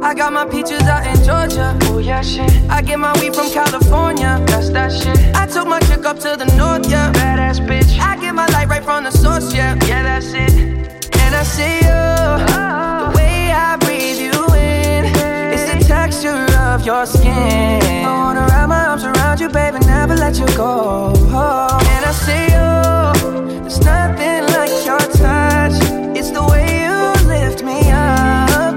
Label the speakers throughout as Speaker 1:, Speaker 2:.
Speaker 1: I got my peaches out in Georgia.
Speaker 2: Oh yeah, shit.
Speaker 1: I get my weed from California.
Speaker 2: That's that shit.
Speaker 1: I took my chick up to the north, yeah.
Speaker 2: Badass bitch.
Speaker 1: I get my light right from the source, yeah.
Speaker 2: Yeah, that's it. Uh-huh.
Speaker 1: And I see you. The way I breathe you in is the texture of your skin. I wanna wrap my arms around you, baby, never let you go. And I see you. There's nothing like your touch. It's the way you lift me up.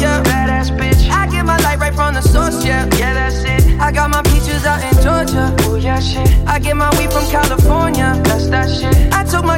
Speaker 1: yeah.
Speaker 2: Badass bitch.
Speaker 1: I get my light right from the source, yeah.
Speaker 2: Yeah, that's it.
Speaker 1: I got my peaches out in Georgia.
Speaker 2: Oh yeah, shit.
Speaker 1: I get my weed from California.
Speaker 2: That's that shit.
Speaker 1: I took my